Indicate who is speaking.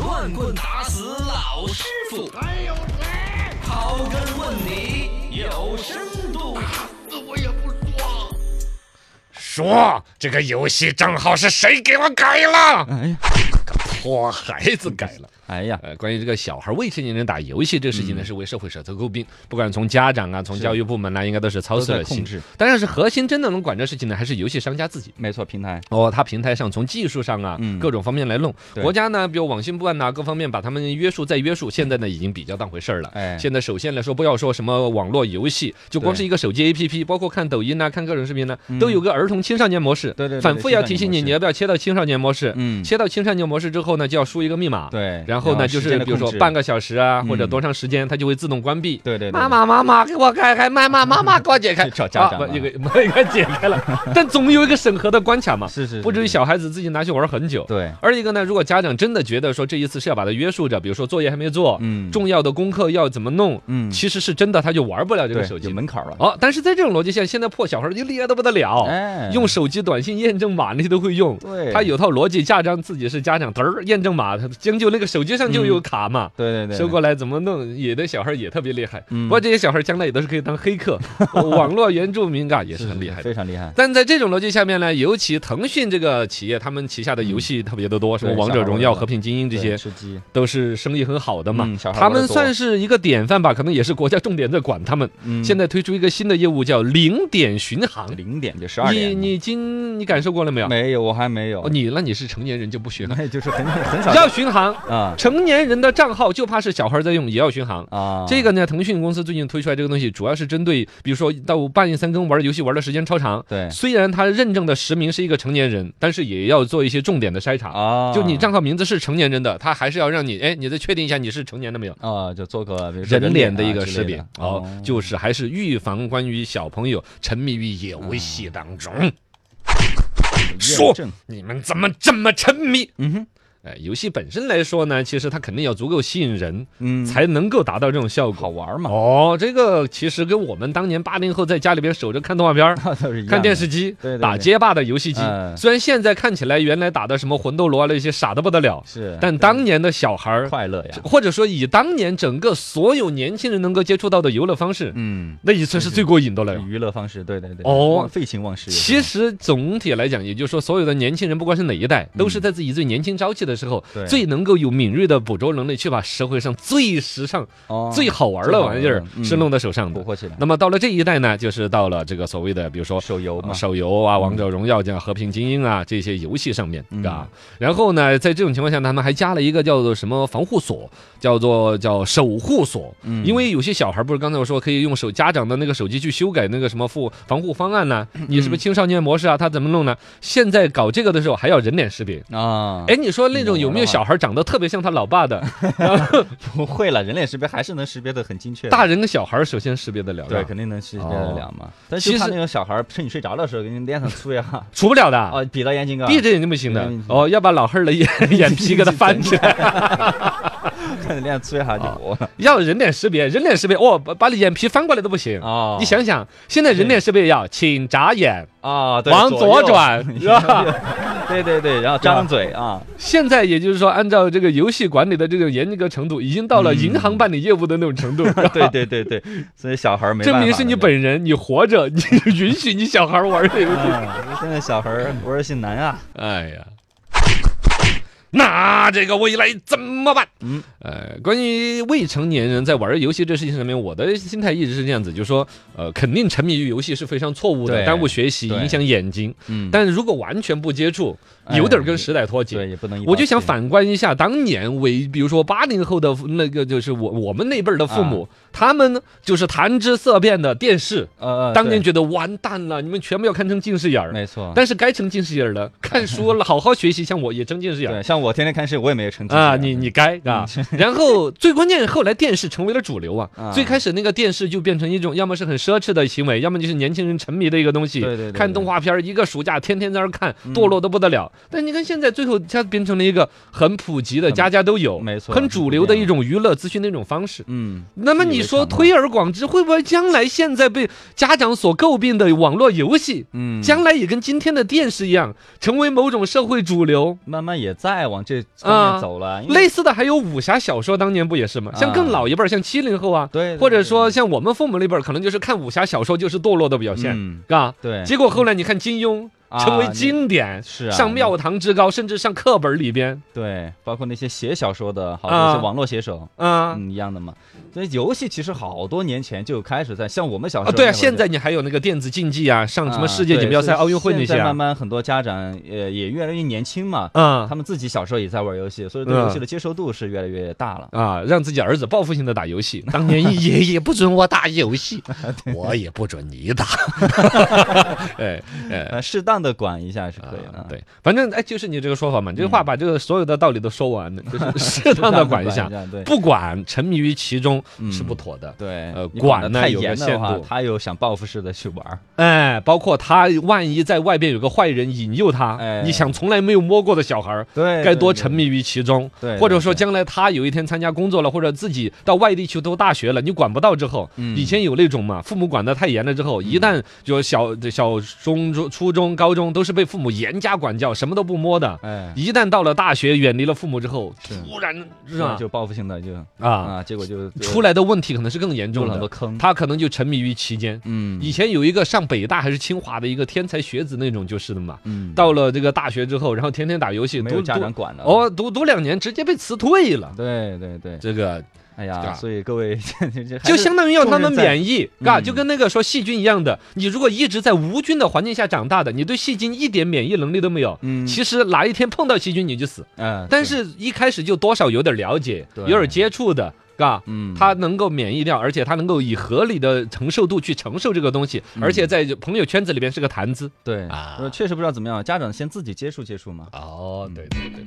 Speaker 1: 乱棍打死老师傅，
Speaker 2: 还有谁？
Speaker 1: 刨根问底有深度。
Speaker 2: 这我也不说。
Speaker 3: 说这个游戏账号是谁给我改 了？
Speaker 4: 哎呀，
Speaker 3: 我孩子改了。
Speaker 4: 哎呀，
Speaker 3: 呃，关于这个小孩未成年人打游戏这个事
Speaker 4: 嗯
Speaker 3: 情呢，是为社会所诟病。不管从家长啊，从教育部门啊，应该都是操
Speaker 4: 都
Speaker 3: 碎
Speaker 4: 在
Speaker 3: 了
Speaker 4: 控
Speaker 3: 心。
Speaker 4: 制，
Speaker 3: 当然是核心真的能管这事情呢，还是游戏商家自己。
Speaker 4: 没错，平台
Speaker 3: 哦，它平台上从技术上啊，
Speaker 4: 嗯
Speaker 3: 各种方面来弄。
Speaker 4: 对
Speaker 3: 国家呢，比如网信办呐、各方面把他们约束再约束，现在呢已经比较当回事儿了。
Speaker 4: 哎
Speaker 3: 现在首先来说，不要说什么网络游戏，就光
Speaker 4: 对嗯
Speaker 3: 是一个手机 APP，包括看抖音呐、看各种视频呢、都有个儿童青少年模式。
Speaker 4: 对对对
Speaker 3: 反复要提醒
Speaker 4: 青少
Speaker 3: 你，
Speaker 4: 年模式
Speaker 3: 你要不要切到青少年模式？
Speaker 4: 嗯
Speaker 3: 切到青少年模式之后呢，就要输一个密码。。
Speaker 4: 对，
Speaker 3: 啊然后呢，就
Speaker 4: 时间
Speaker 3: 是
Speaker 4: 的
Speaker 3: 比如说
Speaker 4: 控制
Speaker 3: 半，个小时啊，或者
Speaker 4: 嗯
Speaker 3: 多长时间，它就会自动关闭。
Speaker 4: 对对对，
Speaker 3: 妈妈妈妈，给我开开，妈妈妈妈给我解 开。
Speaker 4: 找家长
Speaker 3: 啊
Speaker 4: 吧
Speaker 3: 不一个 一个解开了，但总有一个审核的关卡嘛
Speaker 4: 对，是是，
Speaker 3: 不至于
Speaker 4: 是
Speaker 3: 小孩子自己拿去玩很久。
Speaker 4: 嗯对，
Speaker 3: 而一个呢，如果家长真的觉得说这一次是要把他约束着，比如说作业还没做，
Speaker 4: 嗯，
Speaker 3: 重要的功课要怎么弄，
Speaker 4: 嗯，
Speaker 3: 其实是真的他就玩不了这个
Speaker 4: 对
Speaker 3: 手
Speaker 4: 有
Speaker 3: 机。
Speaker 4: 门槛了，
Speaker 3: 哦，但是在这种逻辑下，现在破小孩儿就厉害的不得了，
Speaker 4: 哎，
Speaker 3: 用手机短信验证码那些都会用。
Speaker 4: 对，
Speaker 3: 他有套逻辑，家长自己是家长，嘚儿验证码，他将就那个手机上就有卡嘛。
Speaker 4: 对嗯对对，
Speaker 3: 收过来怎么弄？野的小孩也特别厉害，
Speaker 4: 嗯
Speaker 3: 不过这些小孩将来也都是可以当黑 客、网络原住民啊，也是很厉害的。
Speaker 4: 非常厉害，
Speaker 3: 但在这种逻辑下面呢，尤其腾讯这个企业，他们旗下的游戏特别的多，什么
Speaker 4: 嗯对
Speaker 3: 王
Speaker 4: 小
Speaker 3: 者
Speaker 4: 孩
Speaker 3: 荣
Speaker 4: 玩
Speaker 3: 耀、
Speaker 4: 的
Speaker 3: 和平精英这
Speaker 4: 对
Speaker 3: 些，
Speaker 4: 吃鸡，
Speaker 3: 都是生意很好的嘛
Speaker 4: 嗯小。孩
Speaker 3: 他
Speaker 4: 玩得
Speaker 3: 们
Speaker 4: 多
Speaker 3: 算是一个典范吧，可能也是国家重点在管他们。
Speaker 4: 嗯，
Speaker 3: 现在推出一个新的业务叫零点巡航，
Speaker 4: 零点就十二
Speaker 3: 你
Speaker 4: 点了，
Speaker 3: 你今你感受过了没有？
Speaker 4: 没有，我还没有
Speaker 3: 哦，，你那你是成年人就不巡航，
Speaker 4: 那就 是很很少
Speaker 3: 要巡航。
Speaker 4: 啊
Speaker 3: 成年人的账号就怕是小孩在用，也要巡航。
Speaker 4: 啊，
Speaker 3: 这个呢，腾讯公司最近推出来这个东西，主要是针对，比如说到半夜三更玩游戏玩的时间超长。
Speaker 4: 对
Speaker 3: 虽然他认证的实名是一个成年人，但是也要做一些重点的筛查。
Speaker 4: 啊，
Speaker 3: 就你账号名字是成年人的，他还是要让你，哎，你再确定一下你是成年了没有。
Speaker 4: 啊，就做个比如说
Speaker 3: 人脸的
Speaker 4: 啊
Speaker 3: 一个
Speaker 4: 之
Speaker 3: 识
Speaker 4: 类
Speaker 3: 别
Speaker 4: 的，
Speaker 3: 哦，就是还是预防关于小朋友沉迷于游戏当
Speaker 4: 啊
Speaker 3: 中。说
Speaker 4: 验证
Speaker 3: 你们怎么这么沉迷？
Speaker 4: 嗯哼，
Speaker 3: 哎，游戏本身来说呢，其实它肯定要足够吸引人，
Speaker 4: 嗯，
Speaker 3: 才能够达到这种效果
Speaker 4: 好。玩嘛，
Speaker 3: 哦，这个其实跟我们当年八零后在家里边守着看动画片儿、
Speaker 4: 都是一样
Speaker 3: 看电
Speaker 4: 的
Speaker 3: 视机、
Speaker 4: 对对对
Speaker 3: 打街霸的游戏机，
Speaker 4: 嗯
Speaker 3: 虽然现在看起来原来打的什么魂斗罗啊那些傻的不得了，
Speaker 4: 是，
Speaker 3: 但当年的小孩儿，
Speaker 4: 快乐呀，
Speaker 3: 或者说以当年整个所有年轻人能够接触到的游乐方式，
Speaker 4: 嗯，
Speaker 3: 那也算是最过瘾的了。
Speaker 4: 娱乐方式，对对对，
Speaker 3: 哦
Speaker 4: 忘废寝忘食有时候，
Speaker 3: 其实总体来讲，也就是说，所有的年轻人，不管是哪一代，都是在自己最年轻朝气的时候，
Speaker 4: 嗯对
Speaker 3: 最能够有敏锐的捕捉能力，去把社会上最时尚、
Speaker 4: 哦
Speaker 3: 最好玩
Speaker 4: 最
Speaker 3: 的
Speaker 4: 好玩
Speaker 3: 玩意儿
Speaker 4: 的嗯
Speaker 3: 是弄到手上
Speaker 4: 捕
Speaker 3: 的。
Speaker 4: 获起来，
Speaker 3: 那么到了这一代呢，就是到了这个所谓的，比如说。
Speaker 4: 手游
Speaker 3: 呃
Speaker 4: 嘛，
Speaker 3: 手游啊，
Speaker 4: 嗯
Speaker 3: 王者荣耀这样和平精英啊，这些游戏上面
Speaker 4: 嗯
Speaker 3: 啊，然后呢，在这种情况下，他们还加了一个叫做什么防护锁，叫做叫守护锁，
Speaker 4: 嗯
Speaker 3: 因为有些小孩不是刚才我说可以用手家长的那个手机去修改那个什么护防护方案呢、
Speaker 4: 嗯
Speaker 3: 你是不是青少年模式啊？他怎么弄呢？现在搞这个的时候还要人脸识别。
Speaker 4: 啊，
Speaker 3: 哎，你说那种有没有小孩长得特别像他老爸的？
Speaker 4: 嗯不会了，人脸识别还是能识别的很精确的，
Speaker 3: 大人跟小孩首先识别得了，
Speaker 4: 对，肯哦定能识别得了嘛。但
Speaker 3: 其
Speaker 4: 是他
Speaker 3: 实
Speaker 4: 那个小孩儿趁你睡着的时候，给你脸上涂一下，
Speaker 3: 除不了的。
Speaker 4: 啊，闭到眼睛啊，
Speaker 3: 闭着眼睛不行的
Speaker 4: 闭着眼睛
Speaker 3: 哦，要把老汉儿的眼 眼皮 给他翻起来，
Speaker 4: 看脸上涂一下就活了。
Speaker 3: 要人脸识别，人脸识别哦，把把你眼皮翻过来都不行。
Speaker 4: 哦
Speaker 3: 你想想，现在人脸识别要请眨眼，
Speaker 4: 啊，对
Speaker 3: 往左， 转，
Speaker 4: 右
Speaker 3: 是吧？
Speaker 4: 对对对，然后张嘴啊，
Speaker 3: 现在也就是说，按照这个游戏管理的这个严格程度，已经到了
Speaker 4: 嗯
Speaker 3: 银行办理业务的那种 程度。
Speaker 4: 对对对对，所以小孩儿没办
Speaker 3: 证
Speaker 4: 法
Speaker 3: 明是你
Speaker 4: 了
Speaker 3: 本人，你活着，你允许你小孩玩这个游戏。
Speaker 4: 啊现在小孩儿玩游戏难啊，
Speaker 3: 哎呀，那这个未来怎么办？
Speaker 4: 嗯，
Speaker 3: 呃，关于未成年人在玩游戏这事情上面，我的心态一直是这样子，就是说，呃，肯定沉迷于游戏是非常错误的，
Speaker 4: 对
Speaker 3: 耽误学习，
Speaker 4: 对
Speaker 3: 影响眼睛。
Speaker 4: 嗯，
Speaker 3: 但如果完全不接触，
Speaker 4: 哎
Speaker 3: 有点跟时代脱节。
Speaker 4: 对也不能一刀切，
Speaker 3: 我就想反观一下当年为，比如说八零后的那个，就是我我们那辈儿的父母，
Speaker 4: 啊
Speaker 3: 他们就是谈之色变的电视，
Speaker 4: 呃，呃，
Speaker 3: 当年
Speaker 4: 对
Speaker 3: 觉得完蛋了，你们全部要看成近视眼儿。
Speaker 4: 没错，
Speaker 3: 但是该成近视眼儿了，看书了，好好学习，像我也成近视眼
Speaker 4: 对，
Speaker 3: 儿
Speaker 4: 像我天天看视，我也没有成绩
Speaker 3: 啊，你你该啊。 然后最关键，后来电视成为了主流啊
Speaker 4: 啊。
Speaker 3: 最开始那个电视就变成一种要么是很奢侈的行为，要么就是年轻人沉迷的一个东西
Speaker 4: 对对对。对嗯
Speaker 3: 看动画片儿，一个暑假天天在那儿看，堕落的不得了。但你看现在最后一下变成了一个很普及的，家家都有，
Speaker 4: 没错
Speaker 3: 很主流的一种娱乐资讯的一种方式。
Speaker 4: 嗯，
Speaker 3: 那么你说推而广之，会不会将来现在被家长所诟病的网络游戏，
Speaker 4: 嗯，
Speaker 3: 将来也跟今天的电视一样，成为某种社会主流？
Speaker 4: 慢慢也在往这方面走了，因为
Speaker 3: 啊类似的还有武侠小说，当年不也是吗？像更
Speaker 4: 嗯啊
Speaker 3: 老一辈儿，像七零后啊，
Speaker 4: 对，对
Speaker 3: 或者
Speaker 4: 对
Speaker 3: 说像我们父母那辈儿，可能就是看武侠小说就是堕落的表现，
Speaker 4: 嗯，
Speaker 3: 是吧？
Speaker 4: 对，
Speaker 3: 结果后来你看金庸
Speaker 4: 啊
Speaker 3: 成为
Speaker 4: 你
Speaker 3: 经典，
Speaker 4: 是啊
Speaker 3: 上庙堂之高，甚至上课本里边
Speaker 4: 对，包括那些写小说的，好
Speaker 3: 啊
Speaker 4: 多是网络写手，
Speaker 3: 啊。
Speaker 4: 嗯，一样的嘛。所以游戏其实好多年前就开始在，像我们小时
Speaker 3: 啊，
Speaker 4: 候，
Speaker 3: 对啊，现在你还有那个电子竞技啊，上什么世界锦标赛、奥运会那
Speaker 4: 现
Speaker 3: 些
Speaker 4: 在慢
Speaker 3: 啊，
Speaker 4: 慢很多家长也也越来越年轻嘛，
Speaker 3: 啊
Speaker 4: 他们自己小时候也在玩游戏，所以对
Speaker 3: 嗯
Speaker 4: 游戏的接受度是越来越大了。
Speaker 3: 啊，让自己儿子报复性的打游戏。当年 爷爷不准我打游 戏，我也不准你 打。哎哎，
Speaker 4: 呃，适当的管一下是可以
Speaker 3: 啊
Speaker 4: 的。，嗯
Speaker 3: 对，反正哎，就是你这个说法嘛，你这话把这个所有的道理都说完了， 就是适当的管一下，
Speaker 4: 对
Speaker 3: 不管沉迷于其中
Speaker 4: 嗯
Speaker 3: 是不妥的。
Speaker 4: 对，
Speaker 3: 呃
Speaker 4: 你
Speaker 3: 管
Speaker 4: 得
Speaker 3: 呢
Speaker 4: 太
Speaker 3: 有个
Speaker 4: 严的
Speaker 3: 限
Speaker 4: 话
Speaker 3: 度，
Speaker 4: 他又想报复式的去玩儿。
Speaker 3: 哎，包括他万一在外边有个坏人引诱他，
Speaker 4: 哎
Speaker 3: 你想从来没有摸过的小孩儿，
Speaker 4: 对，
Speaker 3: 该
Speaker 4: 对
Speaker 3: 多
Speaker 4: 对
Speaker 3: 沉迷于其中。
Speaker 4: 对对
Speaker 3: 或者说
Speaker 4: 对
Speaker 3: 将来他有一天参加工作了，或者自己到外地去读大学了，你管不到之后，
Speaker 4: 嗯
Speaker 3: 以前有那种嘛，父母管得太严了之后，一旦就小小中中初中、高中都是被父母严加管教，什么都不摸的。
Speaker 4: 哎，
Speaker 3: 一旦到了大学，远离了父母之后，
Speaker 4: 是
Speaker 3: 突然是
Speaker 4: 是吧？
Speaker 3: 吧？
Speaker 4: 就报复性的就
Speaker 3: 啊，
Speaker 4: 啊，结果就就
Speaker 3: 出来的问题可能是更严
Speaker 4: 入
Speaker 3: 重
Speaker 4: 了很多
Speaker 3: 的，
Speaker 4: 坑。
Speaker 3: 他可能就沉迷于其间。
Speaker 4: 嗯
Speaker 3: 以前有一个上北大还是清华的一个天才学子那种就是的嘛，
Speaker 4: 嗯
Speaker 3: 到了这个大学之后，然后天天打游戏，
Speaker 4: 没
Speaker 3: 读
Speaker 4: 有家
Speaker 3: 读
Speaker 4: 长管的。
Speaker 3: 哦，读读两年直接被辞退了。
Speaker 4: 对对对，
Speaker 3: 这个这
Speaker 4: 哎呀，
Speaker 3: 个
Speaker 4: 所以各位 就
Speaker 3: 就相当于要他们
Speaker 4: 重任在
Speaker 3: 免疫，嘎，
Speaker 4: 嗯
Speaker 3: 就跟那个说细菌一样的，你如果一直在无菌的环境下长大的，你对细菌一点免疫能力都没有，
Speaker 4: 嗯
Speaker 3: 其实哪一天碰到细菌你就死。
Speaker 4: 嗯，
Speaker 3: 但是一开始就多少有点了解，有
Speaker 4: 对
Speaker 3: 点接触的，嘎。
Speaker 4: 嗯，
Speaker 3: 他能够免疫掉，而且他能够以合理的承受度去承受这个东西，
Speaker 4: 嗯
Speaker 3: 而且在朋友圈子里边是个谈资。
Speaker 4: 对
Speaker 3: 啊
Speaker 4: 呃确实不知道怎么样，家长先自己接触接触嘛。
Speaker 3: 哦
Speaker 4: 对
Speaker 3: 对对。